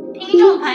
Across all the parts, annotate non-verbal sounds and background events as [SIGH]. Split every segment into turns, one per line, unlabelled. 朋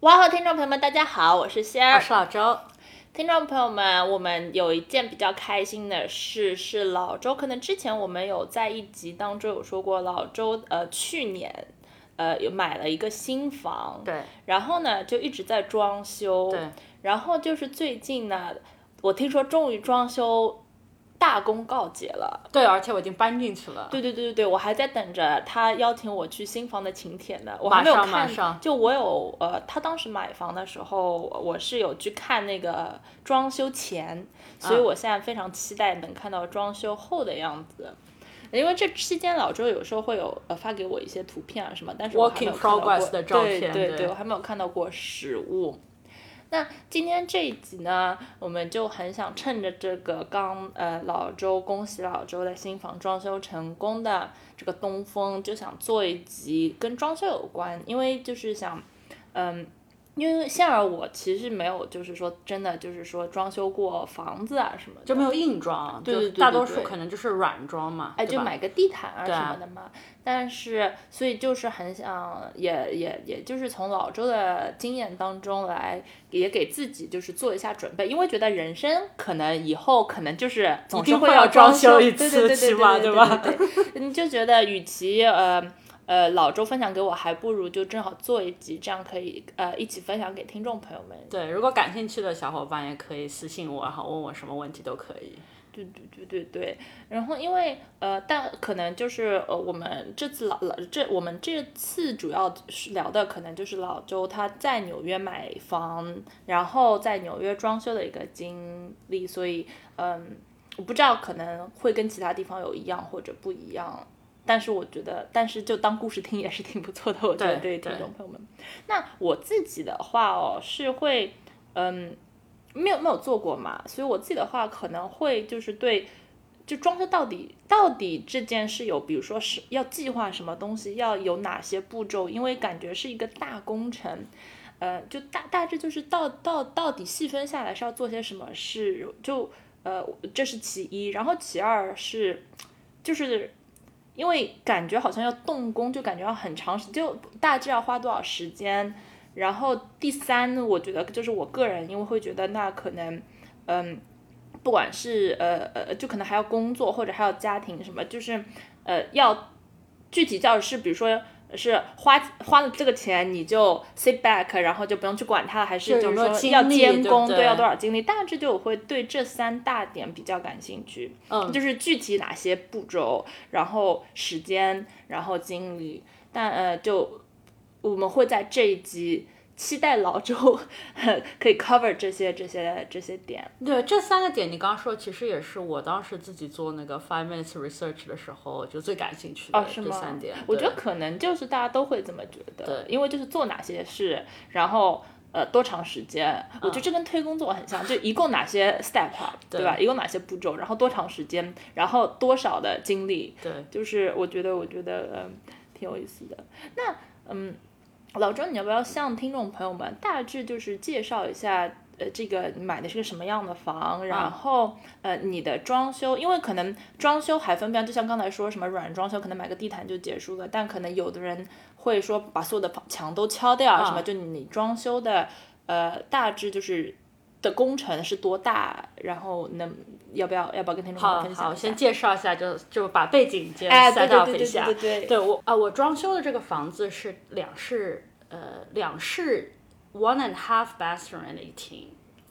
哇哦，听众朋友们，大家好，我是仙
我
儿。
是老周，
听众朋友们，我们有一件比较开心的事是老哦周，可能之前我们有在一集当中有说过，老周呃去年呃有买了一个新房，
对
然后呢就一直在装修，
对，
然后就是最近呢，我听说终于装修大功告捷了。
对，而且我已经搬进去了。
对对对对对，我还在等着他邀请我去新房的请帖呢，我
马
还没有
上
看。
马上
就我有呃，他当时买房的时候，我是有去看那个装修前，所以
嗯
我现在非常期待能看到装修后的样子。因为这期间老周有时候会有呃发给我一些图片啊什么，但是我还没有
Work in
看到过
progress 的照片
对对
对
我还没有看到过实物。那今天这一集呢，我们就很想趁着这个刚呃老周恭喜老周的新房装修成功的这个东风，就想做一集跟装修有关，因为就是想，嗯。因为现而我其实没有，就是说真的，就是说装修过房子啊什么的，
就没有硬装，
对
就
对对
大
对
多
对
数可能就是软装嘛，
哎，
对
就
吧
买个地毯啊
对
什
啊
么的嘛。但是，所以就是很想，也也也就是从老周的经验当中来，也给自己就是做一下准备，因为觉得人生可能以后可能就是总是
定会
要
要装
修
修一次
对对对
起
对
码
对
对吧
对对对 [LAUGHS] 你就觉得与其呃。呃，老周分享给我，还不如就正好做一集，这样可以呃一起分享给听众朋友们。
对，如果感兴趣的小伙伴也可以私信我，然后问我什么问题都可以。
对对对对对，然后因为呃，但可能就是呃，我们这次老老这我们这次主要是聊的可能就是老周他在纽约买房，然后在纽约装修的一个经历，所以嗯，我不知道可能会跟其他地方有一样或者不一样，但是我觉得，但是就当故事听也是挺不错的，我觉得对
对
于听
对
众朋友们。那我自己的话哦，是会嗯。没有没有做过嘛，所以我自己的话可能会就是对就装修到底到底这件事有，比如说是要计划什么东西，要有哪些步骤，因为感觉是一个大工程，呃，就大大致就是到到到底细分下来是要做些什么事，就呃这是其一，然后其二是就是。因为感觉好像要动工，就感觉要很长时，就大致要花多少时间。然后第三，我觉得就是我个人，因为会觉得那可能，嗯，不管是呃呃，就可能还要工作或者还有家庭什么，就是呃要具体到是，比如说是花花了这个钱你就 sit back，然后就不用去管它了，还是
就有
就是
没有
说
精
要
力对
监
不
工，
对
要多少精力？大致就我会对这三大点比较感兴趣，
嗯
就是具体哪些步骤，然后时间，然后精力，但呃就我们会在这一集。期待老周可以 cover 这些这些这些点，
对，这三个点你刚刚说，其实也是我当时自己做那个 five minutes research 的时候就最感兴趣的、
哦，是
这
吗？
三点。
我觉
对
得可能就是大家都会这么觉得，
对
因为就是做哪些事，然后呃多长时间，我
嗯
觉得这跟推工作很像，就一共哪些 step
[LAUGHS]
up，对吧？一共哪些步骤，然后多长时间，然后多少的精力，
对，
就是我觉得我觉得嗯挺有意思的。那嗯，老周，你要不要向听众朋友们大致就是介绍一下？呃，这个你买的是个什么样的
嗯
房？然后，呃，你的装修，因为可能装修还分不一样，就像刚才说什么软装修，可能买个地毯就结束了，但可能有的人会说把所有的房墙都敲掉啊什么，
嗯
就你装修的，呃，大致就是的工程是多大？然后能要不要要不要跟听众朋友
好
分享一下？
啊好，我先介绍一下，就就把背景先
哎，对
set
对
up
对
一
对
下。
对对对，
对我啊，我装修的这个房子是两室，呃，两室 one and half bathroom and a king。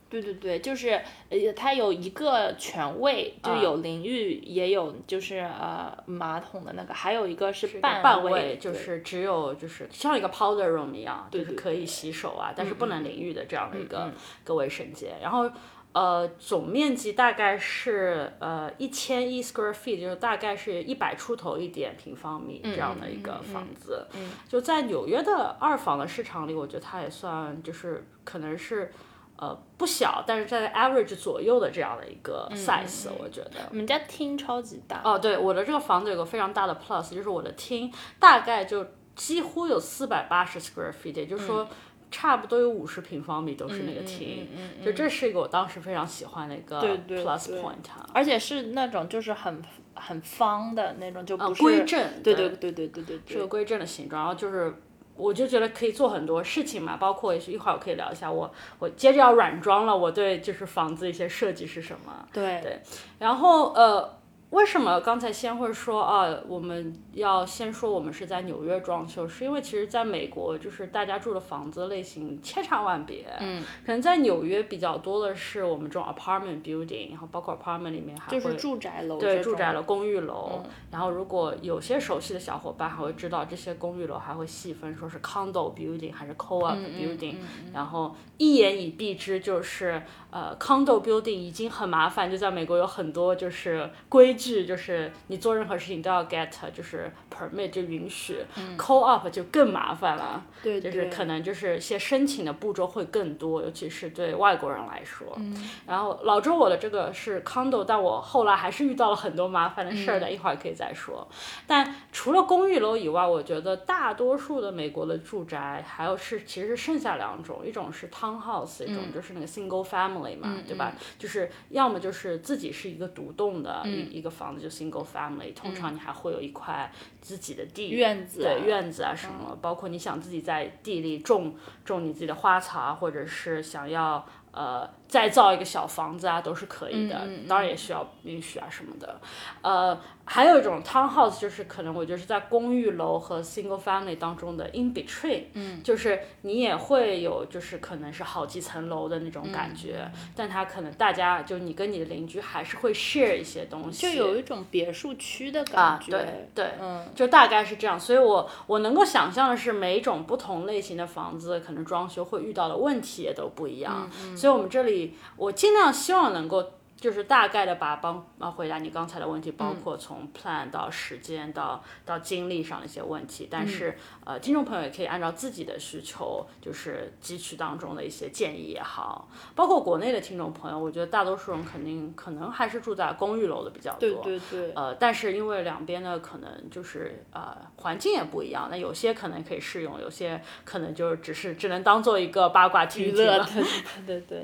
对对对，就是呃，它有一个全卫，就
啊
有淋浴，也有就是呃马桶的那个，还有一个是
是一个
半
半
卫，
就
对
是只有就是像一个 powder room 一样，就
对
是
对
可以
对
洗手啊，但是不能淋浴的这样的一
嗯
个
嗯
个卫生间。然后呃，总面积大概是呃一千一 square feet，就是大概是一百出头一点平方米
嗯
这样的一个房子。就在纽约的二房的市场里，我觉得它也算就是可能是。呃不小，但是在 average 左右的这样的一个
嗯
size，、我觉得。
你们家厅超级大，
哦，对，我的这个房子有个非常大的 plus，就是我的厅大概就几乎有四百八十 square feet，也
嗯
就是说差不多有五十平方米都是那个厅，就这是一个我当时非常喜欢的一个
嗯对对
plus
对
point 啊。
而且是那种就是很很方的那种，就不是
哦规正
对
对
对对对对对对，
是个规正的形状，然后就是。我就觉得可以做很多事情嘛，包括也是一会儿我可以聊一下我我接着要软装了，我对就是房子一些设计是什么。
对
对然后呃，为什么刚才先会说啊，我们要先说我们是在纽约装修，是因为其实在美国就是大家住的房子类型千差万别，嗯，可能在纽约比较多的是我们这种 apartment building，然后包括 apartment 里面还会
就是住宅楼这
对，
种嗯
住宅楼、公寓楼。然后，如果有些熟悉的小伙伴还会知道，这些公寓楼还会细分，说是 condo building 还是 co-op
嗯
building、然后一言以蔽之，就是呃，condo building 已经很麻烦，就在美国有很多就是规矩，就是你做任何事情都要 get 就是 permit 就允许、co-op 就更麻烦了。
嗯对
就是
对
可能就是一些申请的步骤会更多，尤其是对外国人来说。然后老周我的这个是 condo，但我后来还是遇到了很多麻烦的事儿的，一会儿可以再说。但除了公寓楼以外，我觉得大多数的美国的住宅还有是其实是剩下两种，一种是 townhouse，一种就是那个 single family 嘛，对吧？就是要么就是自己是一个独栋的一、一个房子，就 single family，通常你还会有一块自己的地
院子啊
对院子啊什么，包括你想自己在地里种种你自己的花草啊，或者是想要呃再造一个小房子啊，都是可以的，
嗯
当然也需要允许啊什么的。呃，还有一种 townhouse，就是可能我就是在公寓楼和 single family 当中的 in between，嗯，就是你也会有就是可能是好几层楼的那种感觉，
嗯
但它可能大家就你跟你的邻居还是会 share 一些东西，
就有一种别墅区的感觉，
啊对对，
嗯，
就大概是这样。所以我我能够想象的是，每一种不同类型的房子，可能装修会遇到的问题也都不一样。
嗯
所以我们这里，我尽量希望能够。就是大概的把帮啊回答你刚才的问题，包
嗯
括从 plan 到时间到到精力上的一些问题，但是、
嗯
呃，听众朋友也可以按照自己的需求，就是汲取当中的一些建议也好，包括国内的听众朋友，我觉得大多数人肯定可能还是住在公寓楼的比较多，
对对对，
呃，但是因为两边的可能就是呃环境也不一样，那有些可能可以适用，有些可能就是只是只能当做一个八卦听一
娱
听
乐
了
的，。对对对对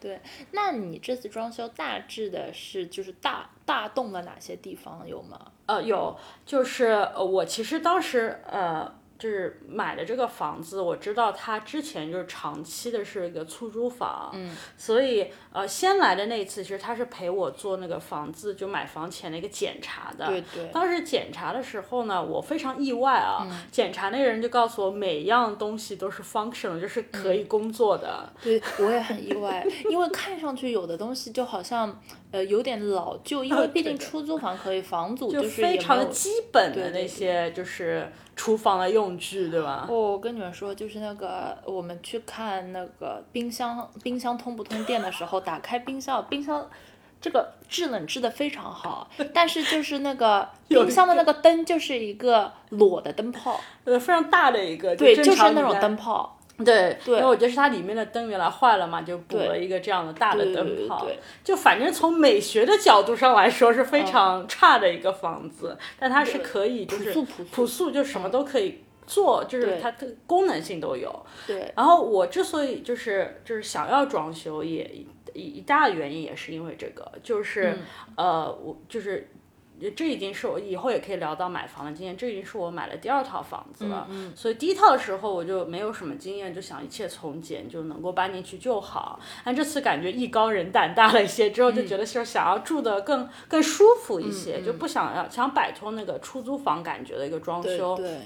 对。那你这次装修大致的是就是大大动了哪些地方有吗？
呃，有，就是呃我其实当时呃，就是买的这个房子，我知道它之前就是长期的是一个出租房，嗯，所以呃，先来的那一次，其实他是陪我做那个房子就买房前的一个检查的，
对对嗯
当时检查的时候呢，我非常意外啊，检查那个人就告诉我每样东西都是 functional，就是可
嗯
以工作的，
对，我也很意外，因为看上去有的东西就好像呃有点老旧，因为毕竟
嗯对的
出租房可以，房主是也
非常
没
的
有
基本
对
的
对
那些就是厨房的用具，对吧？
哦，我跟你们说，就是那个我们去看那个冰箱，冰箱通不通电的时候，打开冰箱，冰箱这个制冷制的非常
[LAUGHS]
好，但是就是那个冰箱的那个灯就是一个裸的灯泡，
呃，非常大的一个，
对，
就
就
正常
是那
你
种
在
灯泡，
对，
对
因为我觉得是它里面的灯原来坏了嘛，就补
对
了一个这样的大的
对对
灯
对
泡
对。
就反正从美学的角度上来说是非常差的一个房子，但它是可以就是
朴素朴素嗯
就什么都可以做，就是
对
它的功能性都有。
对，
然后我之所以就是就是想要装修也，一一大原因也是因为这个，就是、
嗯
呃，我就是。呃这已经是我以后也可以聊到买房的经验，这已经是我买了第二套房子了。
嗯
所以第一套的时候我就没有什么经验，就想一切从简，就能够搬进去就好。但这次感觉艺高人胆大了一些，之后
嗯
就觉得就是想要住的更更舒服一些，就不想要想摆脱那个出租房感觉的一个装修。
对，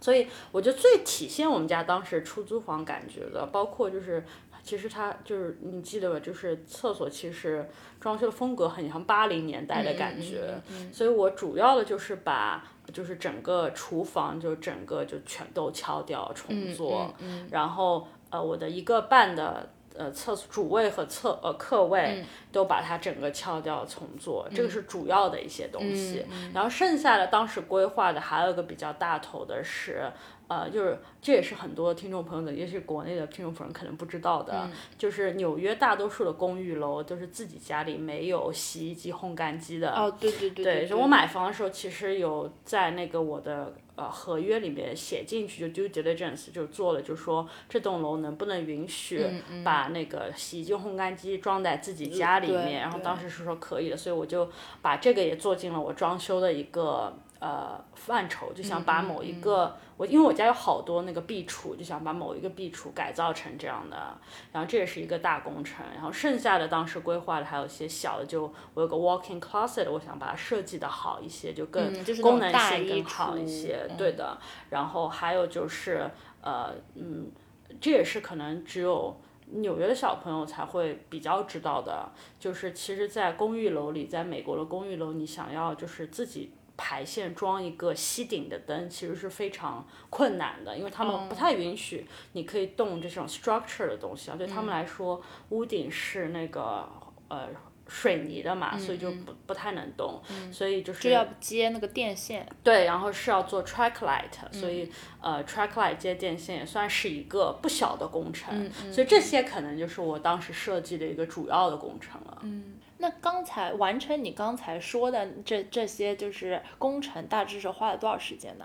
所以我觉得最体现我们家当时出租房感觉的，包括就是。其实它就是你记得吧，就是厕所其实装修的风格很像八零年代的感觉，所以我主要的就是把就是整个厨房就整个就全都敲掉重做，然后呃我的一个半的呃厕所主卫和厕呃客卫都把它整个敲掉重做，这个是主要的一些东西。然后剩下的当时规划的还有一个比较大头的是呃，就是这也是很多听众朋友的，也许国内的听众朋友可能不知道的，就是纽约大多数的公寓楼都是自己家里没有洗衣机、烘干机的。
哦，对对对对
对，就我买房的时候，其实有在那个我的呃合约里面写进去，就 due diligence 就做了，就说这栋楼能不能允许
嗯
把那个洗衣机、烘干机装在自己家里
对
面？然后当时是说可以的，所以我就把这个也做进了我装修的一个。呃，范畴就
嗯
想把某一个、我，因为我家有好多那个壁橱，就想把某一个壁橱改造成这样的，然后这也是一个大工程。然后剩下的当时规划的还有一些小的，就我有个 walk-in closet，我想把它设计的好一些，就更
嗯就是那种
功能
大
性
衣
更好一
橱
些。
嗯
对的。然后还有就是呃嗯，这也是可能只有。纽约的小朋友才会比较知道的，就是其实，在公寓楼里，在美国的公寓楼，你想要就是自己排线装一个吸顶的灯，其实是非常困难的，因为他们不太允许你可以动这种 structure 的东西啊。对他们来说，屋顶是那个呃水泥的嘛，所以就不不太能动，所以就是
就要接那个电线，
对，然后是要做 track light，、所以呃 track light 接电线也算是一个不小的工程，所以这些可能就是我当时设计的一个主要的工程了。
那刚才完成你刚才说的这这些就是工程，大致是花了多少时间呢？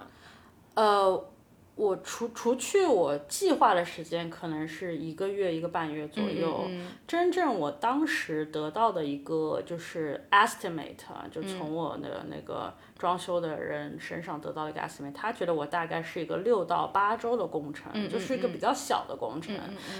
呃，我除除去我计划的时间，可能是一个月、一个半月左右。
嗯
真正我当时得到的一个就是 estimate，啊就从我的那个装修的人身上得到了一个 estimate，他觉得我大概是一个六到八周的工程，
嗯
就是一个比较小的工程。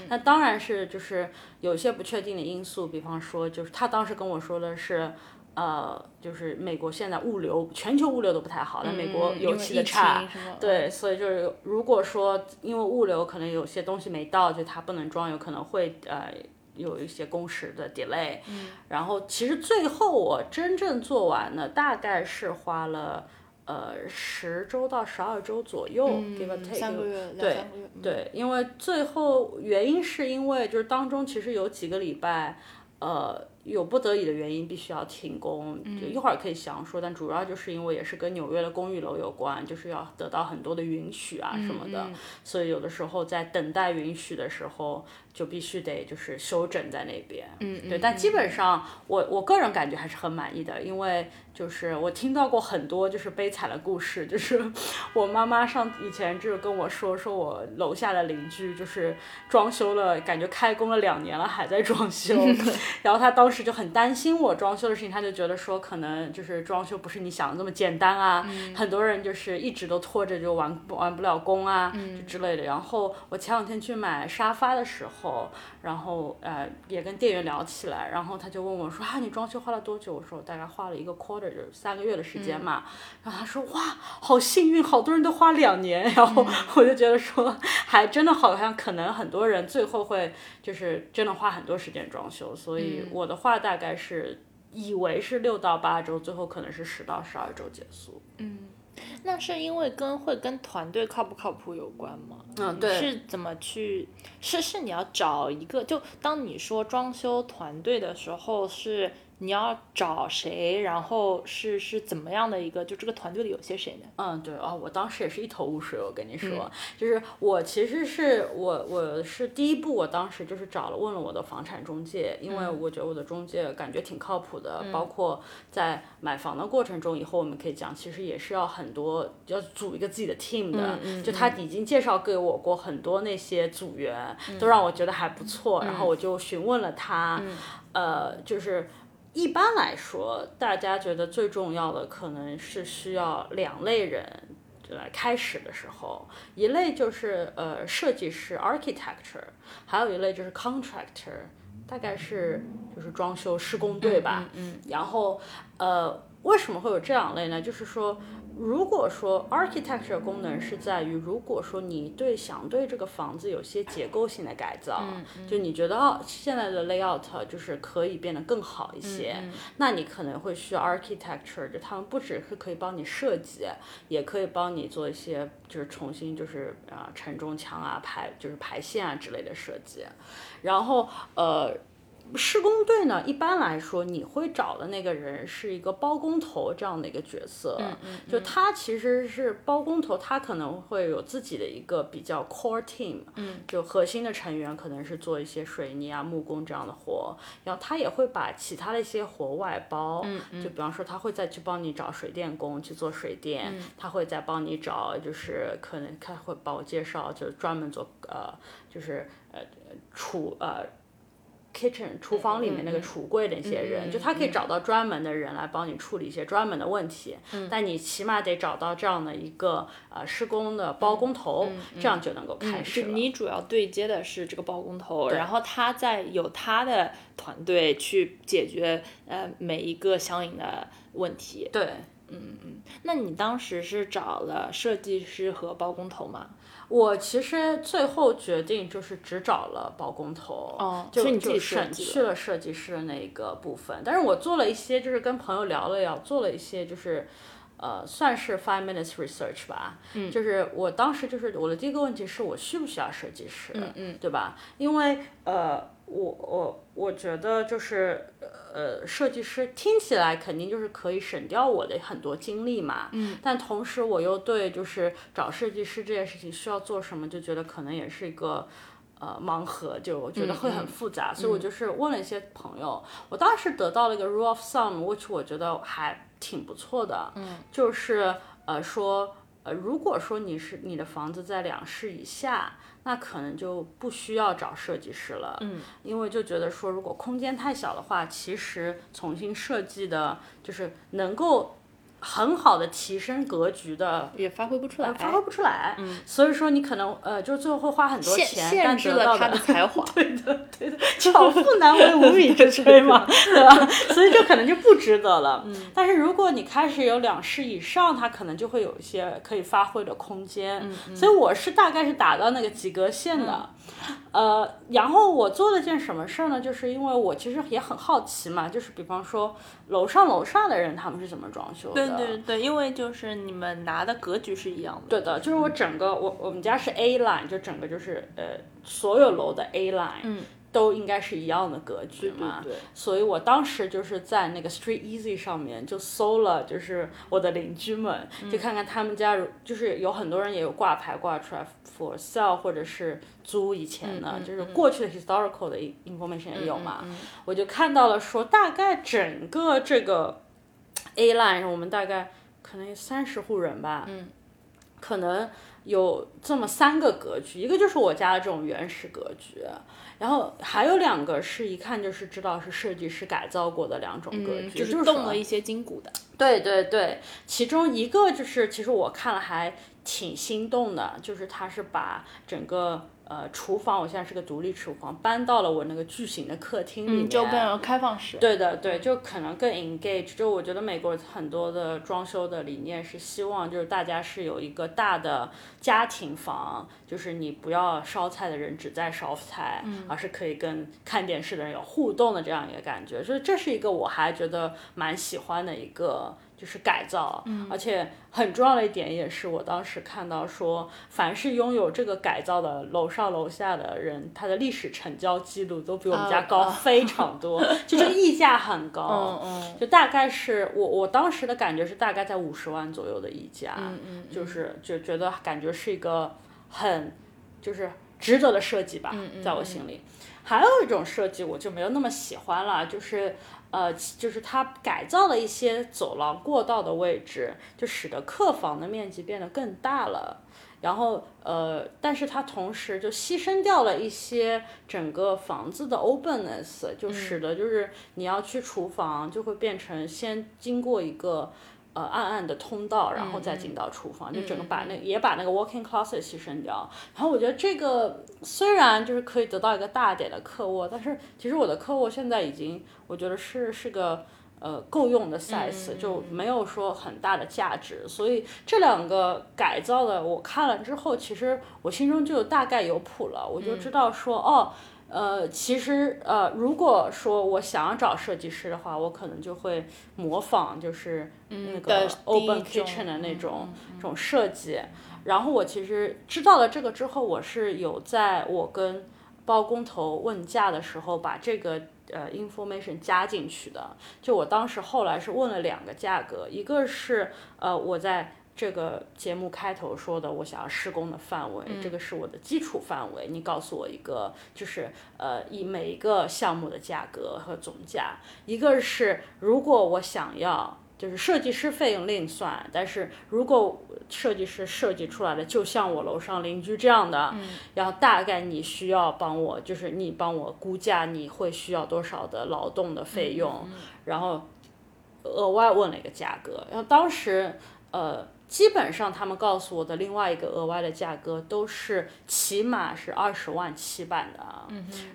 那当然是就是有一些不确定的因素，比方说就是他当时跟我说的是。呃，就是美国现在物流，全球物流都不太好，但美国
嗯
尤
因为
其
疫
的差
情，什么
对，所以就是如果说因为物流可能有些东西没到，就它不能装，有可能会呃有一些工时的 delay。嗯。然后其实最后我真正做完呢，大概是花了呃十周到十二周左右、g i v e or
嗯
take。
三个月，两三个月，嗯
对，因为最后原因是因为就是当中其实有几个礼拜，呃，有不得已的原因必须要停工，就一会儿可以详说，但主要就是因为也是跟纽约的公寓楼有关，就是要得到很多的允许啊什么的，所以有的时候在等待允许的时候，就必须得就是休整在那边。嗯，对，但基本上我我个人感觉还是很满意的，因为就是我听到过很多就是悲惨的故事，就是我妈妈上以前就是跟我说，说我楼下的邻居就是装修了，感觉开工了两年了还在装修，然后她当时就很担心我装修的事情，她就觉得说可能就是装修不是你想的那么简单啊，很多人就是一直都拖着就完完不了工啊、就之类的。然后我前两天去买沙发的时候，然后呃也跟店员聊起来，然后他就问我说啊你装修花了多久？我说我大概花了一个 quarter，就是三个月的时间嘛。然后他说哇好幸运，好多人都花两年。然后我就觉得说还真的好像可能很多人最后会就是真的花很多时间装修，所以我的话大概是。以为是六到八周，最后可能是十到十二周结束。
那是因为跟会跟团队靠不靠谱有关吗？
嗯
你是怎么去？是是你要找一个，就当你说装修团队的时候，是你要找谁，然后是是怎么样的一个？就这个团队里有些谁呢？
嗯，对哦，我当时也是一头雾水。我跟你说，就是我其实是我我是第一步，我当时就是找了问了我的房产中介，因为我觉得我的中介感觉挺靠谱的，包括在买房的过程中，以后我们可以讲，其实也是要很多要组一个自己的 team 的，就他已经介绍给我过很多那些组员，都让我觉得还不错，然后我就询问了他，呃，就是。一般来说，大家觉得最重要的可能是需要两类人来开始的时候，一类就是呃设计师 （architecture），还有一类就是 contractor，大概是就是装修施工队吧。嗯。然后呃，为什么会有这两类呢？就是说，如果说 architecture 功能是在于，如果说你对想对这个房子有些结构性的改造，就你觉得哦，现在的 layout 就是可以变得更好一些，那你可能会需要 architecture，就他们不只是可以帮你设计，也可以帮你做一些就是重新就是啊、承重墙啊排就是排线啊之类的设计，然后呃。施工队呢，一般来说你会找的那个人是一个包工头这样的一个角色，就他其实是包工头，他可能会有自己的一个比较 core team，嗯，就核心的成员可能是做一些水泥啊、木工这样的活，然后他也会把其他的一些活外包，
嗯
就比方说他会再去帮你找水电工去做水电，
嗯
他会再帮你找就是可能他会帮我介绍，就是专门做呃就是呃厨呃。kitchen 厨房里面
嗯
那个橱柜的一些人，就他可以找到专门的人来帮你处理一些专门的问题，
嗯
但你起码得找到这样的一个呃施工
嗯
的包工头，这样就能够开始
就
了。
你主要对接的是这个包工头，然后他在有他的团队去解决呃每一个相应的问题。
对，
那你当时是找了设计师和包工头吗？
我其实最后决定就是只找了包工头，
哦
就
所以你自
就
己设
省
计
去了设计师的那个部分。但是我做了一些，就是跟朋友聊了聊，做了一些就是。呃，算是 five minutes research 吧，嗯、就是我当时就是我的第一个问题是我需不需要设计师，嗯嗯、对吧？因为呃，我我我觉得就是呃，设计师听起来肯定就是可以省掉我的很多精力嘛，嗯，但同时我又对就是找设计师这件事情需要做什么，就觉得可能也是一个。呃，盲盒就我觉得会很复杂，所以我就是问了一些朋友，我当时得到了一个 rule of thumb，which 我觉得还挺不错的，嗯，就是呃说呃，如果说你是你的房子在两室以下，那可能就不需要找设计师了，嗯，因为就觉得说如果空间太小的话，其实重新设计的就是能够很好的提升格局的。
也发挥不出来，
发挥不出来，所以说你可能呃，就最后会花很多
限
钱，
限
但
制
得
了
到
他的 [LAUGHS] 才华。
巧妇难为无米之炊嘛，对吧？所以就可能就不值得了。
嗯
但是如果你开始有两室以上，它可能就会有一些可以发挥的空间。
嗯
所以我是大概是打到那个及格线的。
嗯
呃，然后我做了件什么事儿呢？就是因为我其实也很好奇嘛，就是比方说楼上楼下的人他们是怎么装修的？
对对对，因为就是你们拿的格局是一样的。
对的，就是我
嗯
整个我我们家是 A line，就整个就是呃所有楼的 A line，都应该是一样的格局嘛。
嗯对对对
所以我当时就是在那个 Street Easy 上面就搜了，就是我的邻居们，
嗯
就看看他们家如，就是有很多人也有挂牌挂出来 for sale 或者是租以前的，
嗯
就是过去的 historical 的 information 也有嘛。我就看到了说，大概整个这个 A line 我们大概可能三十户人吧，嗯，可能有这么三个格局，一个就是我家的这种原始格局，然后还有两个是一看就是知道是设计师改造过的两种格局，
嗯就
就是
是动
说
了一些筋骨的，
对对对，其中一个就是，其实我看了还挺心动的，就是他是把整个呃厨房，我现在是个独立厨房，搬到了我那个巨型的客厅里面，
嗯就变成开放式。
对的，对，就可能更 engage。就我觉得美国很多的装修的理念是希望，就是大家是有一个大的家庭房，就是你不要烧菜的人只在烧菜，而是可以跟看电视的人有互动的这样一个感觉。所以这是一个我还觉得蛮喜欢的一个。就是改造，而且很重要的一点也是，我当时看到说，凡是拥有这个改造的楼上楼下的人，他的历史成交记录都比我们家高
啊
非常
[LAUGHS]
多，就这个溢价很
嗯
高，
嗯，
就大概是我我当时的感觉是大概在五十万左右的溢价，
嗯
就是就觉得感觉是一个很就是值得的设计
嗯
吧，在我心里。还有一种设计我就没有那么喜欢了，就是呃，就是它改造了一些走廊过道的位置，就使得客房的面积变得更大了。然后呃，但是它同时就牺牲掉了一些整个房子的 openness，就使得就是你要去厨房就会变成先经过一个。呃，暗暗的通道，然后再进到厨房，就整个把那也把那个 walking closet 牺牲掉。然后我觉得这个虽然就是可以得到一个大点的客卧，但是其实我的客卧现在已经我觉得是是个呃够用的 size，、就没有说很大的价值。所以这两个改造的我看了之后，其实我心中就有大概有谱了，我
嗯
就知道说、哦。呃，其实呃，如果说我想要找设计师的话，我可能就会模仿就是那个
嗯的第一
open
种
kitchen 的那
嗯
种、这种设计。然后我其实知道了这个之后，我是有在我跟包工头问价的时候，把这个呃 information 加进去的。就我当时后来是问了两个价格，一个是呃我在。这个节目开头说的，我想要施工的范围，这个是我的基础范围。你告诉我一个，就是呃，以每一个项目的价格和总价。一个是如果我想要，就是设计师费用另算，但是如果设计师设计出来的，就像我楼上邻居这样的，然后大概你需要帮我，就是你帮我估价你会需要多少的劳动的费用，然后额外问了一个价格，然后当时呃。基本上他们告诉我的另外一个额外的价格都是起码是二十万起版的啊。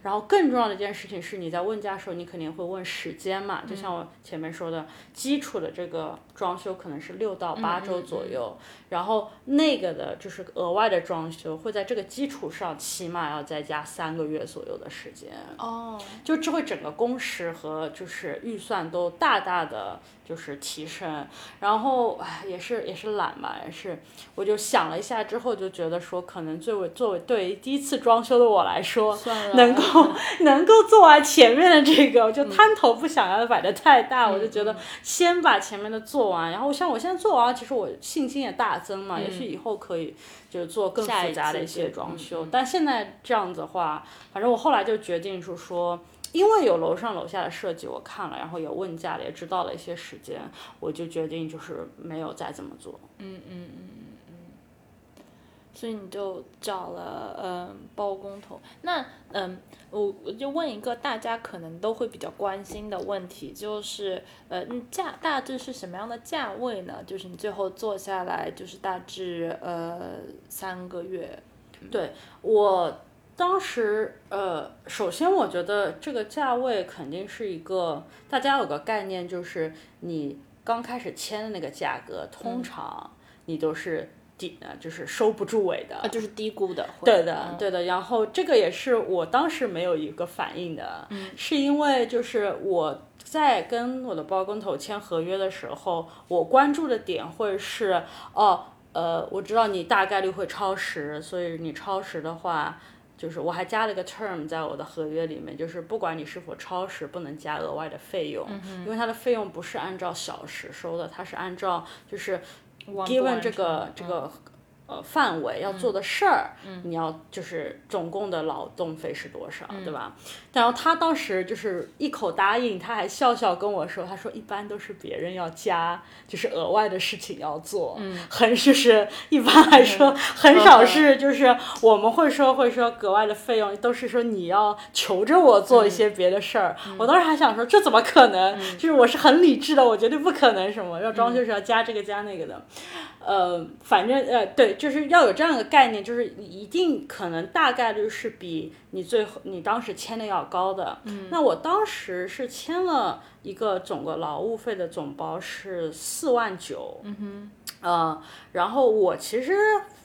然后更重要的一件事情是，你在问价的时候，你肯定会问时间嘛。就像我前面说的，基础的这个装修可能是六到八周左右，然后那个的就是额外的装修会在这个基础上起码要再加三个月左右的时间。
哦，
就这会整个工时和就是预算都大大的就是提升，然后唉也是也是懒吧，也是我就想了一下之后就觉得说，可能作为作为对于第一次装修的我来说，
算了
能够 [LAUGHS] 能够做完前面的这个，我
嗯
就贪头不想要摆的太大，我就觉得先把前面的做完，然后像我现在做完，其实我信心也大增
嗯
嘛，也许以后可以就是做更
下一
复杂
次
的一些
对
装
嗯
修，但现在这样子的话，反正我后来就决定是说，因为有楼上楼下的设计我看了，然后有问价了，也知道了一些时间，我就决定就是没有再这么做。
所以你就找了嗯包工头。那嗯，我我就问一个大家可能都会比较关心的问题，就是呃嗯价大致是什么样的价位呢？就是你最后做下来就是大致呃三个月，
我当时呃，首先我觉得这个价位肯定是一个大家有个概念，就是你刚开始签的那个价格，通常你都是底呃就是收不住尾的，
啊就是低估的。会
对的，对的。然后这个也是我当时没有一个反应的，是因为就是我在跟我的包工头签合约的时候，我关注的点会是哦，呃，我知道你大概率会超时，所以你超时的话。就是我还加了个 term 在我的合约里面，就是不管你是否超时，不能加额外的费用，因为它的费用不是按照小时收的，它是按照就是
完不
given
完
这
成
个这个呃范围要做的事儿，你要就是总共的劳动费是多少，对吧？然后他当时就是一口答应，他还笑笑跟我说，他说一般都是别人要加，就是额外的事情要做，很就是 [LAUGHS] 一般来说、很少是就是我们会说会说格外的费用，都是说你要求着我做一些别的事儿。我当时还想说这怎么可能？就是我是很理智的，我绝对不可能什么要装修是要加这个加那个的。呃，反正呃，对，就是要有这样的概念，就是你一定可能大概率是比你最后你当时签的要高的。嗯，那我当时是签了一个总个劳务费的总包是四万九。嗯哼，呃，然后我其实。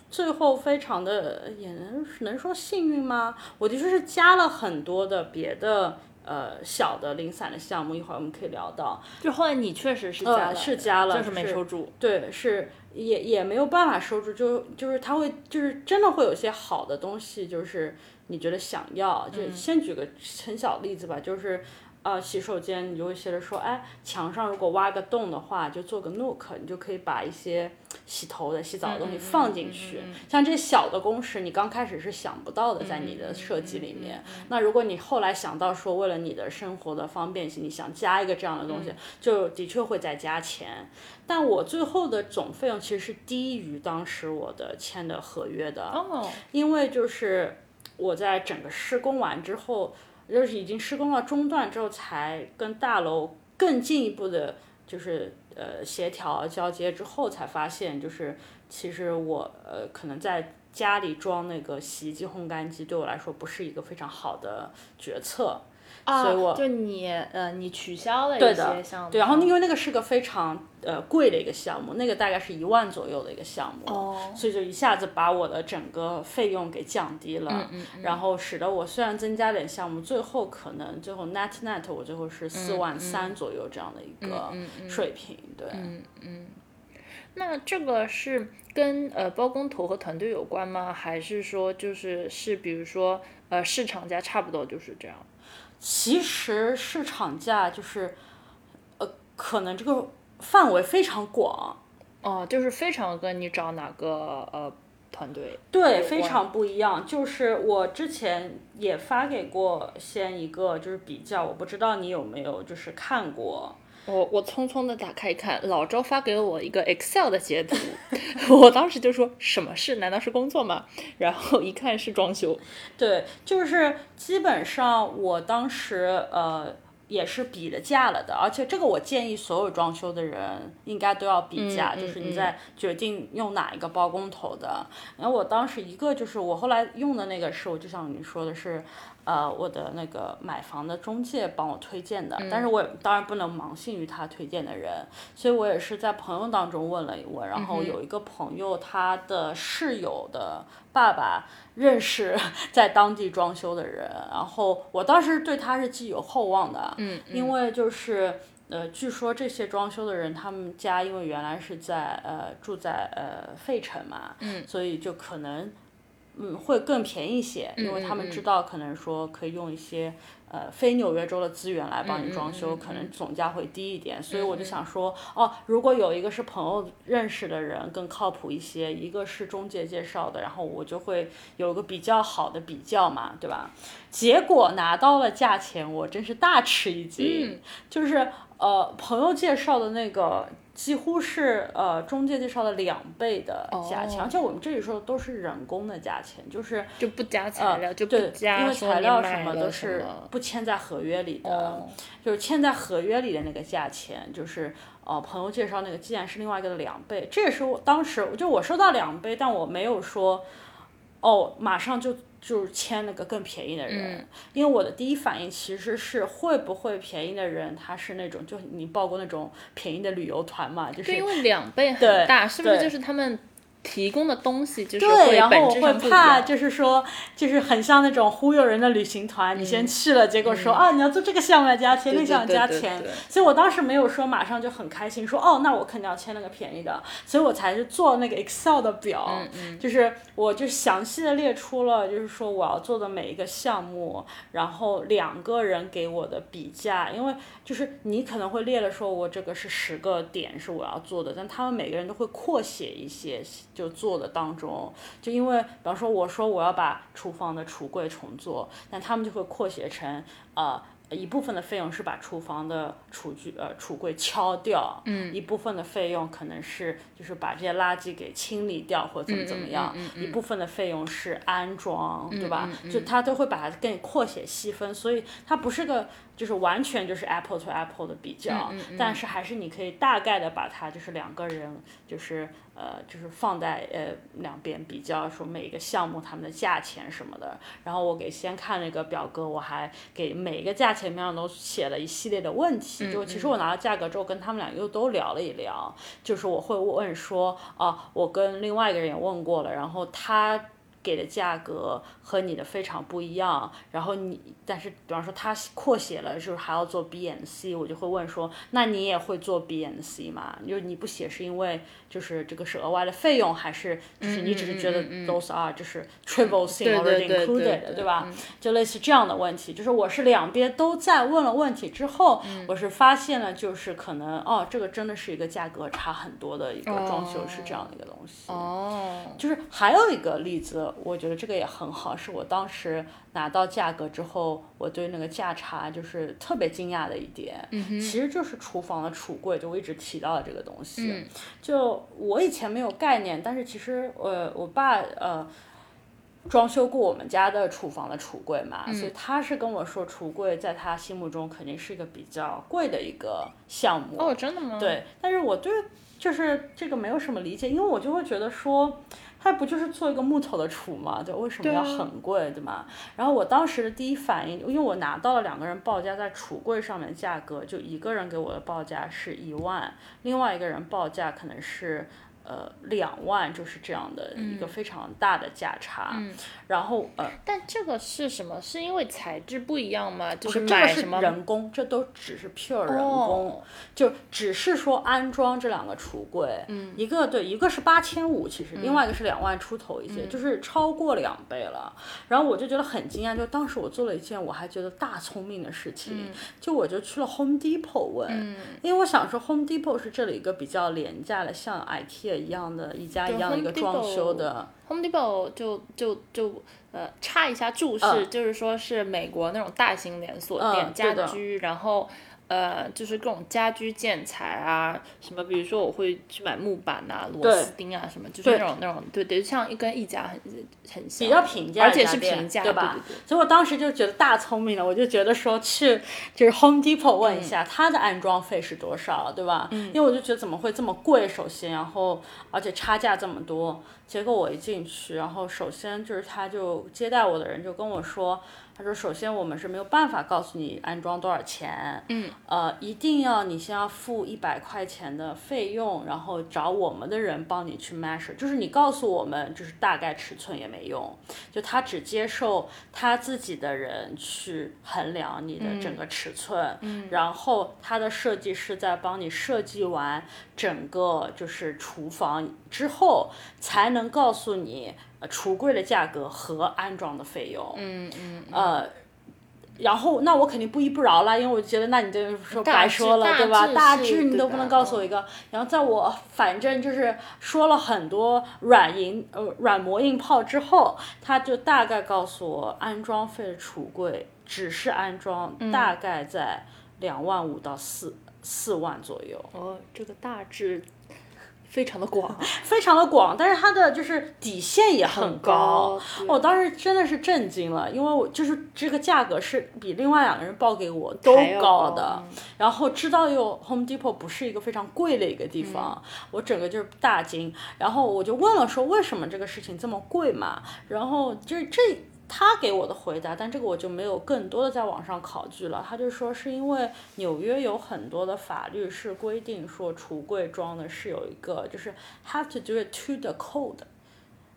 最后非常的也能能说幸运吗？我的确是加了很多的别的呃小的零散的项目，一会儿我们可以聊到。
就后来你确实是加了，
嗯是加了
就是没
是
收住。
对，是也也没有办法收住，就就是它会就是真的会有些好的东西，就是你觉得想要，就先举个很小的例子吧，就是。呃，洗手间你就会写着说，哎，墙上如果挖个洞的话，就做个 nook，你就可以把一些洗头的、洗澡的东西放进去。像这些小的公式，你刚开始是想不到的，在你的设计里面。那如果你后来想到说，为了你的生活的方便性，你想加一个这样的东西，就的确会再加钱。但我最后的总费用其实是低于当时我的签的合约的，
哦，
因为就是我在整个施工完之后，就是已经施工到中段之后，才跟大楼更进一步的，就是呃协调交接之后，才发现就是其实我呃可能在。家里装那个洗衣机、烘干机对我来说不是一个非常好的决策，
啊，
所以我
就你呃你取消了一
对的
些项目，
对，然后哦因为那个是个非常呃贵的一个项目，那个大概是一万左右的一个项目，
哦
所以就一下子把我的整个费用给降低了，然后使得我虽然增加点项目，最后可能最后 net net 我最后是四万三左右这样的一个水平，对。
那这个是跟呃包工头和团队有关吗？还是说就是是比如说呃市场价差不多就是这样。
其实市场价就是，呃，可能这个范围非常广，
哦，就是非常跟你找哪个呃团队，
对，非常不一样。就是我之前也发给过先一个就是比较，我不知道你有没有就是看过。
我我匆匆的打开一看，老周发给我一个 Excel 的截图， [LAUGHS] 我当时就说什么事？难道是工作吗？然后一看是装修，
对，就是基本上我当时呃也是比了价了的，而且这个我建议所有装修的人应该都要比价，
嗯
就是
嗯
你在决定用哪一个包工头的。然后我当时一个就是我后来用的那个是，我就像你说的是。呃，我的那个买房的中介帮我推荐
嗯
的，但是我也当然不能盲信于他推荐的人，所以我也是在朋友当中问了一问，然
嗯
后有一个朋友他的室友的爸爸认识在当地装修的人，然后我当时对他是寄有厚望的，嗯，因为就是。呃，据说这些装修的人，他们家因为原来是在呃住在呃费城嘛，嗯，所以就可能嗯会更便宜一些，因为他
嗯
们
嗯
知道可能说可以用一些呃非纽约州的资源来帮你装修，
嗯嗯嗯
可能总价会低一点，所以我就想说，哦，如果有一个是朋友认识的人更靠谱一些，一个是中介介绍的，然后我就会有一个比较好的比较嘛，对吧？结果拿到了价钱，我真是大吃一
嗯
惊，就是呃朋友介绍的那个。几乎是呃中介介绍的两倍的价钱
哦
而且我们这里说的都是人工的价钱，就是
就不加材料，就不
对，因
加
为
说
材
你
料
买
什么
了
都
什
是
么
不签在合约里的，
哦
就是签在合约里的那个价钱，就是呃朋友介绍那个，既然是另外一个的两倍，这也是我当时就我收到两倍，但我没有说哦马上就。就是签那个更便宜的人，
嗯
因为我的第一反应其实是会不会便宜的人他是那种就你报过那种便宜的旅游团嘛，就是
对，因为两倍很
对
大，是不是
对
就是他们提供的东西就是
对，然
会
后
本
我
质
会
上不一
怕，
样？
就是说，就是很像那种忽悠人的旅行团，
嗯
你先去了，结果说、啊，你要做这个项目要加钱，那
对
个项目
对
要加
嗯对
钱
对，
所以我当时没有说马上就很开心，说哦，那我肯定要签那个便宜的，所以我才是做那个 Excel 的表，
嗯
就是我就详细的列出了，就是说我要做的每一个项目，然后两个人给我的比价，因为就是你可能会列了说我这个是十个点是我要做的，但他们每个人都会扩写一些就做的当中，就因为比方说我说我要把厨房的橱柜重做，但他们就会扩写成呃。一部分的费用是把厨房的厨具呃橱柜敲掉，嗯，一部分的费用可能是就是把这些垃圾给清理掉或者怎么怎么样，
嗯嗯嗯
一部分的费用是安装，对吧？就它都会把它更扩写细分，所以它不是个就是完全就是 Apple to Apple 的比较，
嗯
但是还是你可以大概的把它就是两个人就是呃就是放在呃两边比较，说每个项目他们的价钱什么的。然后我给先看那个表格，我还给每个价钱面上都写了一系列的问题，就其实我拿到价格之后跟他们俩又都聊了一聊，就是我会问说啊，我跟另外一个人也问过了，然后他。给的价格和你的非常不一样，然后你，但是比方说他扩写了，就是还要做 B and C，我就会问说，那你也会做 B and C 吗？就是你不写是因为就是这个是额外的费用，还是就是你只是觉得
嗯嗯嗯嗯
those are 就是 triple thing
对
already
对对嗯
included，对吧？？就类似这样的问题，就是我是两边都在问了问题之后，
嗯
我是发现了，就是可能哦，这个真的是一个价格差很多的一个装修是这样的一个东西。
哦，
就是还有一个例子，我觉得这个也很好，是我当时拿到价格之后，我对那个价差就是特别惊讶的一点。嗯、其实就是厨房的橱柜，就我一直提到的这个东西。
嗯
就我以前没有概念，但是其实呃，我爸呃。装修过我们家的厨房的橱柜嘛，所
嗯
以他是跟我说，橱柜在他心目中肯定是一个比较贵的一个项目。
哦，真的吗？
对，但是我对就是这个没有什么理解，因为我就会觉得说，它不就是做一个木头的橱嘛，对，为什么
对
要
啊
很贵，对吗？然后我当时的第一反应，因为我拿到了两个人报价在橱柜上面的价格，就一个人给我的报价是一万，另外一个人报价可能是。呃两万，就是这样的一个非常大的价差。
嗯
然后呃，
但这个是什么？是因为材质不一样吗？就
不是这个
买
是
什么？
人工，这都只是 pure 人工，
哦
就只是说安装这两个橱柜，嗯，一个对，一个是八千五，其实、
嗯
另外一个是两万出头一些，就是超过两倍了。然后我就觉得很惊讶，就当时我做了一件我还觉得大聪明的事情，
嗯
就我就去了 Home Depot 问，因为我想说 Home Depot 是这里一个比较廉价的，像 IKEA 一样的一家一样的一个
Home Depot
装修的。
Home Depot 就就就呃插一下注释，就是说是美国那种大型连锁店、
嗯对
家
的
居，然后呃就是各种家居建材啊，什么比如说我会去买木板啊、螺丝钉啊什么，就是那种那种对对，像一跟一家很很像，
比较平价
而
的家
且
电，
是平价，
对吧？
对对
所以我当时就觉得大聪明了，我就觉得说去就是 Home Depot 问一下它的安装费是多少，对吧？因为我就觉得怎么会这么贵，首先，然后而且差价这么多，结果我一进去，然后首先就是他就接待我的人就跟我说。他说：“首先，我们是没有办法告诉你安装多少钱，嗯，呃，一定要你先要付一百块钱的费用，然后找我们的人帮你去 measure，就是你告诉我们就是大概尺寸也没用，就他只接受他自己的人去衡量你的整个尺寸，嗯，然后他的设计师在帮你设计完整个就是厨房之后，才能告诉你呃橱柜的价格和安装的费用，嗯嗯，呃。然后，那我肯定不依不饶啦，因为我觉得那你这说
大
白
致
说了，
大
对吧？
致
大
是
致你
对
都不
吧
能告诉我
嗯
一个。然后在我反正就是说了很多软银呃软磨硬泡之后，他就大概告诉我安装费的橱柜只是安装
嗯
大概在两万五到四四万左右。
哦，这个大致非常的广，啊
非常的广，但是它的就是底线也很高。
很高对
我当时真的是震惊了，因为我就是这个价格是比另外两个人报给我都
还要
高
高
的，嗯然后知道又 Home Depot 不是一个非常贵的一个地方，我整个就是大惊。然后我就问了说为什么这个事情这么贵嘛？然后就是这。他给我的回答，但这个我就没有更多的在网上考据了。他就说是因为纽约有很多的法律是规定说橱柜装的是有一个就是 have to do it to the code，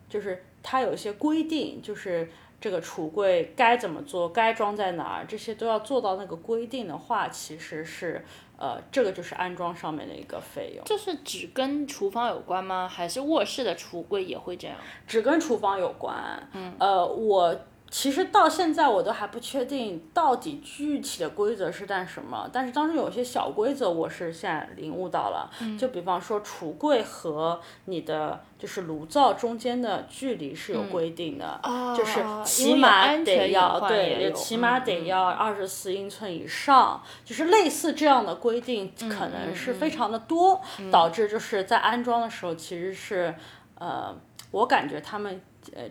就是它有一些规定，就是这个橱柜该怎么做，该装在哪儿，这些都要做到那个规定的话，其实是呃，这个就是安装上面的一个费用，
这是只跟厨房有关吗？还是卧室的橱柜也会这样？
只跟厨房有关。嗯，呃，我。其实到现在我都还不确定到底具体的规则是干什么，但是当中有些小规则我是现在领悟到了，
嗯
就比方说橱柜和你的就是炉灶中间的距离是有规定的，就是
啊嗯因
起
为有
码
安全
得
隐
要
患也
对，
有
起码
嗯
得
嗯
要二十四英寸以上，就是类似这样的规定，
嗯
可能是非常的多，导致就是在安装的时候其实是，呃，我感觉他们呃。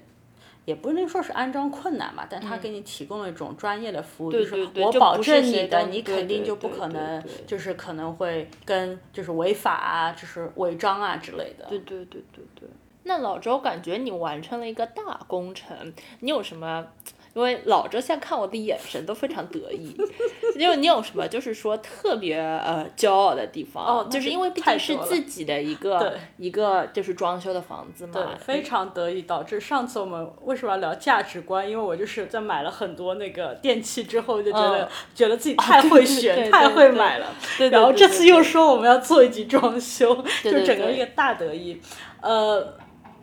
也不能说是安装困难吧，但他给你提供了一种专业的服务，
嗯对
就是
对对
我
就
保
不是
证
谁
你的，
都
你
对
肯定
对
就不
对
可
对
能
对
就是可能会跟就是违法啊，就是违章啊之类的。
对对对对对。那老周，感觉你完成了一个大工程，你有什么？因为老周现在看我的眼神都非常得意， [LAUGHS] 因为你有什么就是说特别呃骄傲的地方？
哦那
就是
就
因为毕
太
竟是
多了
自己的一个
对
一个就是装修的房子嘛，
非常得意，导致上次我们为什么要聊价值观？因为我就是在买了很多那个电器之后，就觉得、
嗯
觉得自己太会选，
对对对
太会买了。
对对
然后
对
这
对
次
对
又说我们要做一集装修，
对对
就整个
对
一个大得意。呃，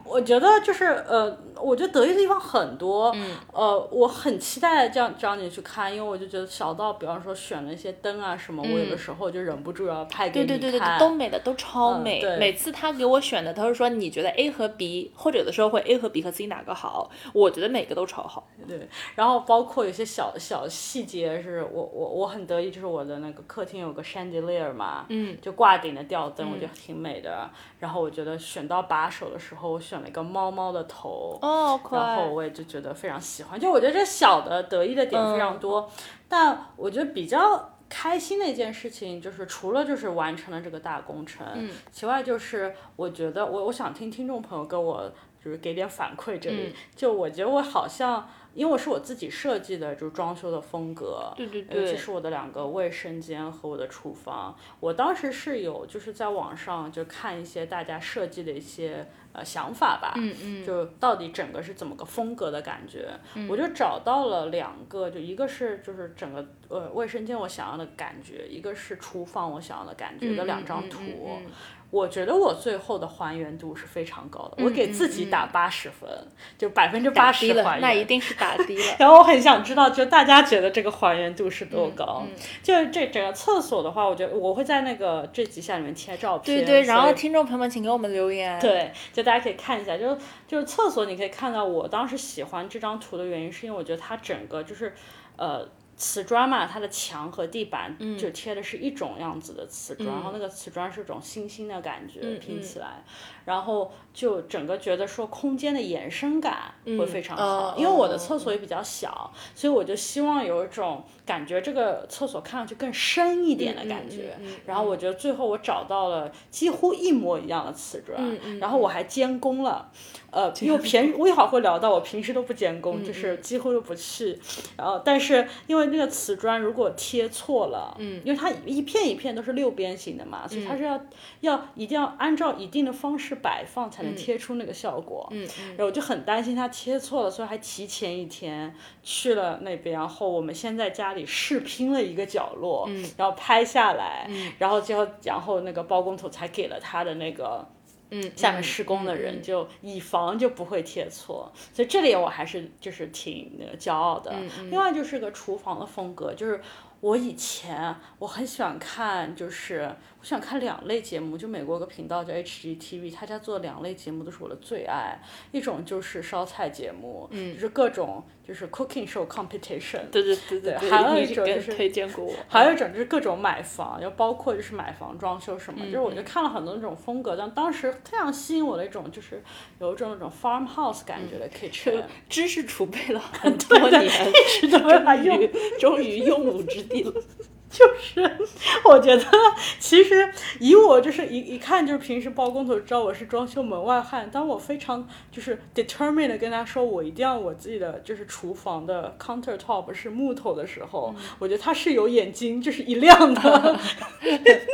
我觉得就是呃，我觉得得意的地方很多。嗯。呃，我很期待这样让你去看，因为我就觉得小到比方说选了一些灯啊什么，我有的时候就忍不住要拍给
对
你
嗯
看。
对对对对，东北的都超
嗯
美。
对
每次他给我选的，他是说你觉得 A 和 B，或者有的时候会 A 和 B 和 C 哪个好？我觉得每个都超好。
对，然后包括有些小小细节是我我我很得意，就是我的那个客厅有个 chandelier 嘛，嗯，就挂顶的吊灯，我觉得挺美的。然后我觉得选到把手的时候，我选了一个猫猫的头，
哦，快！
然后我也就觉得非常喜欢。就我觉得这小的得意的点非
嗯
常多，但我觉得比较开心的一件事情就是，除了就是
嗯
完成了这个大工程，其外就是我觉得我我想听听众朋友跟我就是给点反馈这
嗯
里，就我觉得我好像，因为我是我自己设计的，就是装修的风格，
对对
尤其
对
是我的两个卫生间和我的厨房，我当时是有就是在网上就看一些大家设计的一些呃想法吧，
嗯嗯，
就到底整个是怎么个风格的感觉，我就找到了两个，就一个是就是整个呃卫生间我想要的感觉，一个是厨房我想要的感觉的两张图，
嗯嗯嗯嗯
我觉得我最后的还原度是非常高的，我给自己打八十分，就百分之八
嗯打低
十还
了，
原。
那一定是打低了。
然后我很想知道，就大家觉得这个还原度是多高？
嗯
就是这整个厕所的话，我觉得我会在那个这几下里面贴照片。
对对，然后
所以
听众朋友们，请给我们留言。，
对，就大家可以看一下，就是就是厕所，你可以看到我当时喜欢这张图的原因，是因为我觉得它整个就是呃瓷砖嘛，它的墙和地板就贴的是一种样子的瓷砖，然后那个瓷砖是一种星星的感觉、拼起来，然后就整个觉得说空间的延伸感会非常好，
哦
因为我的
哦
厕所也比较小，所以我就希望有一种感觉，这个厕所看上去更深一点的感觉。然后我觉得最后我找到了几乎一模一样的瓷砖，然后我还监工了，呃，因为平我一会儿会聊到，我平时都不监工，就是几乎都不去。然后但是因为那个瓷砖如果贴错了，嗯，因为它一片一片都是六边形的嘛，所以它是要要一定要按照一定的方式摆放才能贴出那个效果。嗯，然后我就很担心它贴错了，所以还提前一天去了那边，然后我们先在家里试拼了一个角落，嗯、然后拍下来，然后最后然后那个包工头才给了他的那个。嗯，下面施工的人就以防就不会贴错，所以这里我还是就是挺那个骄傲的。另外就是个厨房的风格，就是我以前我很喜欢看，就是我喜欢看两类节目，就美国有个频道叫 HGTV，他家做的两类节目都是我的最爱，一种就是烧菜节目，嗯，就是各种就是 cooking show competition，
对对对
对
对，
还有
你
一种
给
就是
推荐过我，
还有一种就是各种买房，就包括就是买房装修什
嗯
么，就是我就看了很多那种风格，但当时非常吸引我的一种就是有一种那种 farmhouse 感觉的
嗯
kitchen，、
知识储备了很多年，一直都
没法用，
终于用武之地了。
我觉得其实以我就是一一看就是平时包工头知道我是装修门外汉，但我非常就是 determined 地跟他说我一定要我自己的就是厨房的 countertop 是木头的时候，
嗯
我觉得他是有眼睛就是一亮
[LAUGHS]
的，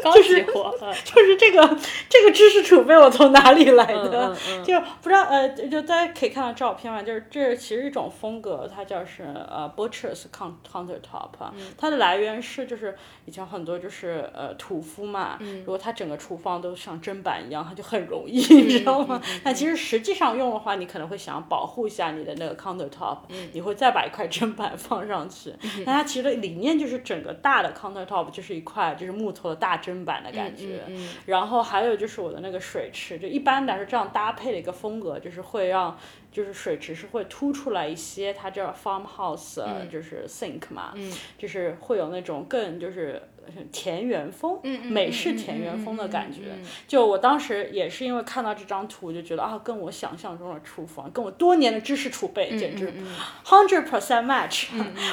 高
就是
级货，嗯
就是这个这个知识储备我从哪里来的？
嗯
[LAUGHS]
嗯
就不知道呃，就就大家可以看到照片嘛，就是这其实一种风格，它叫是呃 butchers count- countertop，、啊
嗯
它的来源是就是以前很多就是呃屠夫嘛，
嗯
如果他整个厨房都像砧板一样，它就很容易， [LAUGHS] 你知道
嗯
吗？但其实实际上用的话，你可能会想保护一下你的那个 countertop，、你
嗯
会再把一块砧板放上去，那它其实理念就是整个大的 countertop 就是一块就是木头的大砧板的
嗯
感觉，然后还有就是我的那个水池，就一般来说这样搭配的一个风格，就是会让就是水池是会凸出来一些，它叫 farmhouse，、就是呃 sink 嘛，就是会有那种更就是呃田园风，美式田园风的感觉。就我当时也是因为看到这张图，就觉得啊，跟我想象中的厨房，跟我多年的知识储备简直
嗯
hundred percent match，、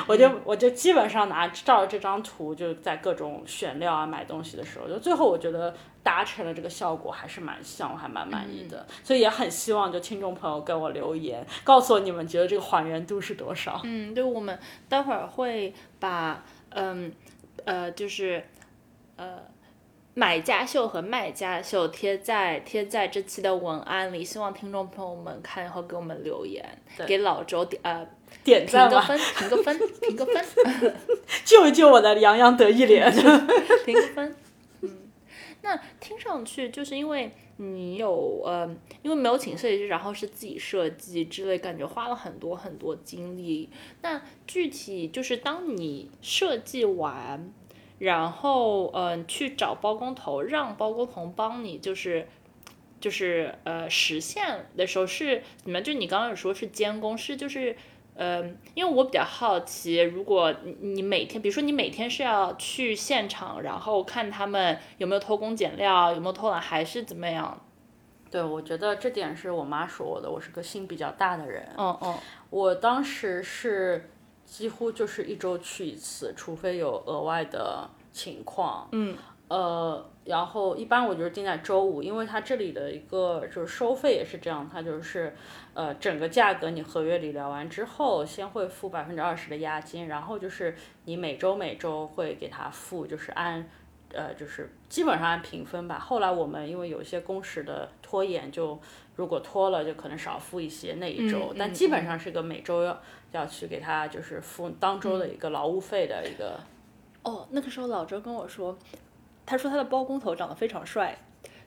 我 [LAUGHS] 就我就基本上拿照着这张图，就在各种选料啊、买东西的时候，就最后我觉得达成了这个效果，还是蛮像，我还蛮满意的。所以也很希望就听众朋友给我留言，告诉我你们觉得这个还原度是多少。
嗯，对，我们待会儿会把嗯呃，就是呃买家秀和卖家秀贴在贴在这期的文案里，希望听众朋友们看以后给我们留言，给老周点呃
点
评
赞
个
吧，
分，评个分，评个分，
[LAUGHS] 救一救我的洋洋得意脸。 [LAUGHS]
评个分。 [LAUGHS] 嗯，那听上去就是因为你有呃，因为没有请设计师，然后是自己设计之类，感觉花了很多很多精力。那具体就是当你设计完，然后嗯、呃去找包工头，让包工头帮你就是。就是呃，实现的时候是你们就你刚刚有说是监工，是就是嗯，因为我比较好奇，如果你你每天，比如说你每天是要去现场，然后看他们有没有偷工减料，有没有偷懒，还是怎么样？
对，我觉得这点是我妈说我的，我是个心比较大的人。
嗯嗯
我当时是几乎就是一周去一次，除非有额外的情况。嗯，呃，然后一般我就是定在周五，因为它这里的一个就是收费也是这样，它就是呃整个价格你合约里聊完之后，先会付百分之二十的押金，然后就是你每周每周会给他付，就是按。呃，就是基本上按评分吧。后来我们因为有一些工时的拖延，就如果拖了，就可能少付一些那一周，
嗯嗯
但基本上是个每周要要去给他就是付当周的一个劳务费的一个。
哦，那个时候老周跟我说，他说他的包工头长得非常帅，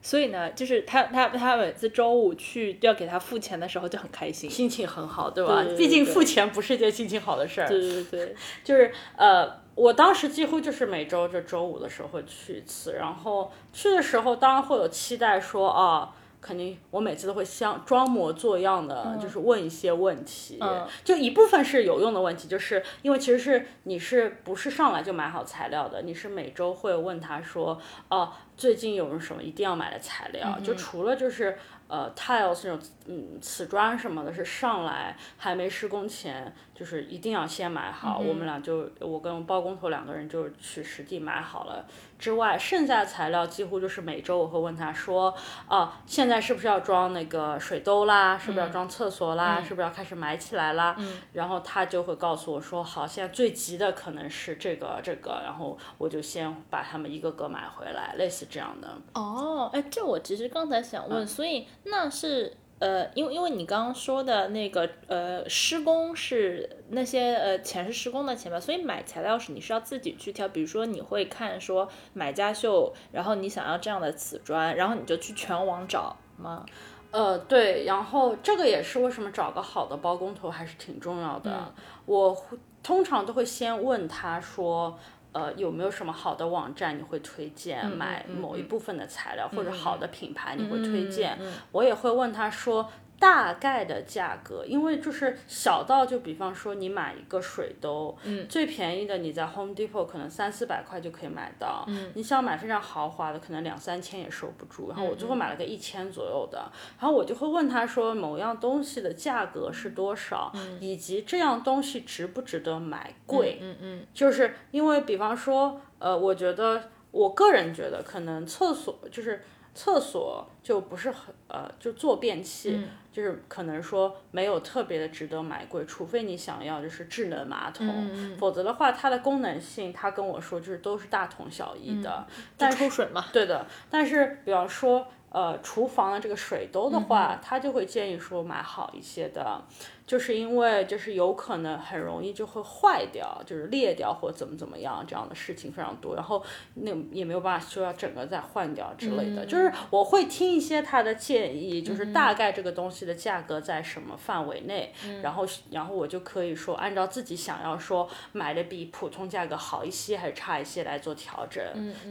所以呢，就是他他他每次周五去要给他付钱的时候就很开心。
心情很好，对吧？
对对
毕竟
对
付钱不是一件心情好的事儿。
对对对，
就是呃，我当时几乎就是每周就周五的时候会去一次，然后去的时候当然会有期待说啊。肯定，我每次都会像装模作样的，就是问一些问题，
嗯
就一部分是有用的问题，就是因为其实是你是不是上来就买好材料的，你是每周会问他说，哦、最近有什么一定要买的材料？就除了就是呃 tiles 这种嗯瓷砖什么的，是上来还没施工前，就是一定要先买好。我们俩就我跟包工头两个人就去实地买好了。之外，剩下的材料几乎就是每周我会问他说，啊、现在是不是要装那个水兜啦？是不是要装厕所啦？是不是要开始埋起来啦？然后他就会告诉我说，好，现在最急的可能是这个这个，然后我就先把它们一个个买回来，类似这样的。
哦，哎，这我其实刚才想问，所以那是呃，因为因为你刚刚说的那个呃，施工是那些呃钱是施工的钱吧，所以买材料是你是要自己去挑，比如说你会看说买家秀，然后你想要这样的瓷砖，然后你就去全网找吗？
呃，对，然后这个也是为什么找个好的包工头还是挺重要的。我会通常都会先问他说，呃，有没有什么好的网站你会推荐买某一部分的材料，或者好的品牌你会推荐？我也会问他说。大概的价格，因为就是小到就比方说你买一个水兜，最便宜的你在 Home Depot 可能三四百块就可以买到，你想买非常豪华的，可能两三千也收不住。然后我最后买了个一千左右的，然后我就会问他说某样东西的价格是多少，以及这样东西值不值得买贵。
嗯嗯，
就是因为比方说，呃，我觉得我个人觉得可能厕所就是。厕所就不是很呃，就坐便器，
嗯
就是可能说没有特别的值得买贵，除非你想要就是智能
嗯
马桶，否则的话它的功能性，他跟我说就是都是大同小异的。
嗯
但
抽水嘛。
对的，但是比方说，呃，厨房的这个水兜的话，他就会建议说买好一些的，就是因为就是有可能很容易就会坏掉，就是裂掉或怎么怎么样这样的事情非常多，然后那也没有办法说要整个再换掉之类的。就是我会听一些他的建议，就是大概这个东西的价格在什么范围内，然后然后我就可以说按照自己想要说买的比普通价格好一些还是差一些来做调整，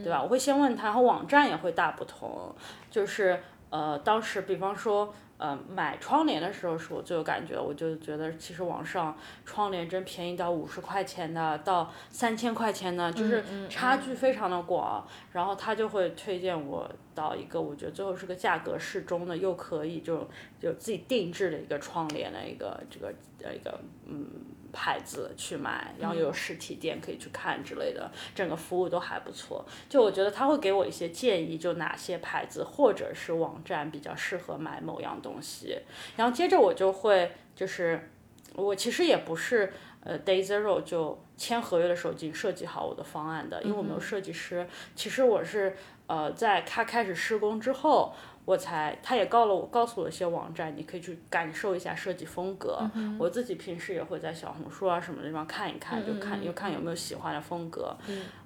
对吧？我会先问他，然后网站也会大不同，就是呃，当时比方说。呃，买窗帘的时候是我最有感觉，我就觉得其实网上窗帘真便宜到五十块钱的，到三千块钱的，就是差距非常的广。然后他就会推荐我到一个我觉得最后是个价格适中的，又可以就就自己定制的一个窗帘的一个这个呃一个嗯牌子去买，然后又有实体店可以去看之类的，整个服务都还不错。就我觉得他会给我一些建议，就哪些牌子或者是网站比较适合买某样东西，然后接着我就会就是我其实也不是呃 day zero 就签合约的时候已经设计好我的方案的，因为我没有设计师，其实我是呃在他开始施工之后。我才，他也告了我，告诉我一些网站，你可以去感受一下设计风格。我自己平时也会在小红书啊什么地方看一看，就看又看有没有喜欢的风格。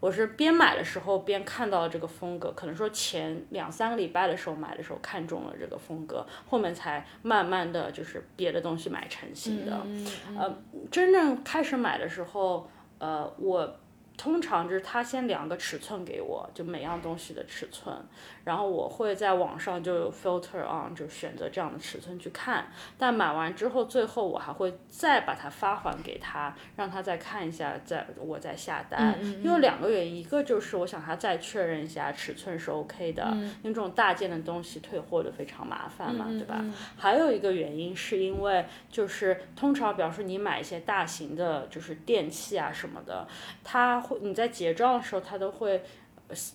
我是边买的时候边看到了这个风格，可能说前两三个礼拜的时候买的时候看中了这个风格，后面才慢慢的就是别的东西买成型的。呃，真正开始买的时候，呃，我通常就是他先量个尺寸给我，就每样东西的尺寸，然后我会在网上就有 filter on，就选择这样的尺寸去看。但买完之后，最后我还会再把它发还给他，让他再看一下，再我再下单。因为两个原因，一个就是我想他再确认一下尺寸是 OK 的，因为这种大件的东西退货就非常麻烦嘛，对吧？还有一个原因是因为就是通常，比方说你买一些大型的，就是电器啊什么的，它会你在结账的时候，它都会。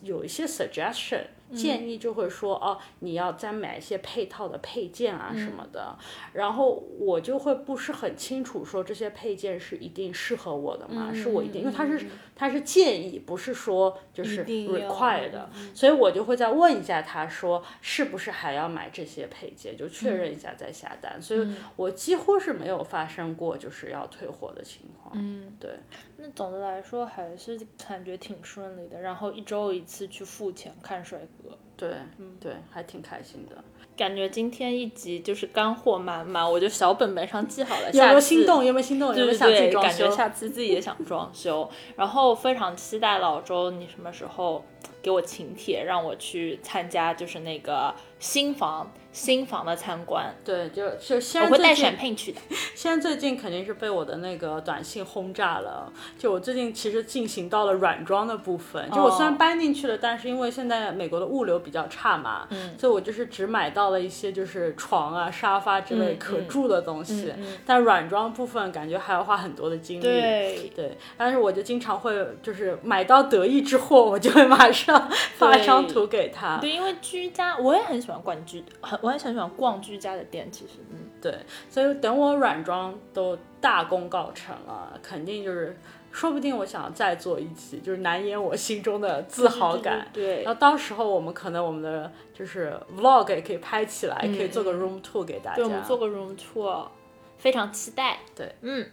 有一些 suggestion 建议，就会说、哦，你要再买一些配套的配件啊什么的。然后我就会不是很清楚，说这些配件是一定适合我的吗？是我一定，因为它是它是建议，不是说就是
定要
require 的，所以我就会再问一下他说是不是还要买这些配件，就确认一下再下单。所
嗯
以我几乎是没有发生过就是要退货的情况。嗯，对。
那总的来说还是感觉挺顺利的，然后一周一次去付钱看帅哥，
对，
嗯
对，还挺开心的。
感觉今天一集就是干货满满，我就小本本上记好了。
有
下
没有
次
心动？有没有心动？有没有想自己
对，
装
感
修？
觉下次自己也想装修，然后非常期待老周你什么时候给我请帖，让我去参加就是那个新房新房的参观，
对，就就现
我
在
会带
最
选
近，
配去的。
现在最近肯定是被我的那个短信轰炸了。就我最近其实进行到了软装的部分，就我虽
哦
然搬进去了，但是因为现在美国的物流比较差嘛，
嗯
所以我就是只买到了一些就是床啊、沙发之类
嗯
可
嗯
住的东西，
嗯嗯
但软装部分感觉还要花很多的精力。
对，
对，但是我就经常会就是买到得意之货，我就会马上发一张
对
图给他。
对，因为居家我也很喜欢逛居，很我也很喜欢逛居家的店，其实嗯。
对，所以等我软装都大功告成了，肯定就是，说不定我想再做一期，就是难掩我心中的自豪感。
对，
然后到时候我们可能我们的就是 vlog 也可以拍
嗯
起来，可以做个 room tour 给大家。
对我们做个 room tour，非常期待。
对，
嗯，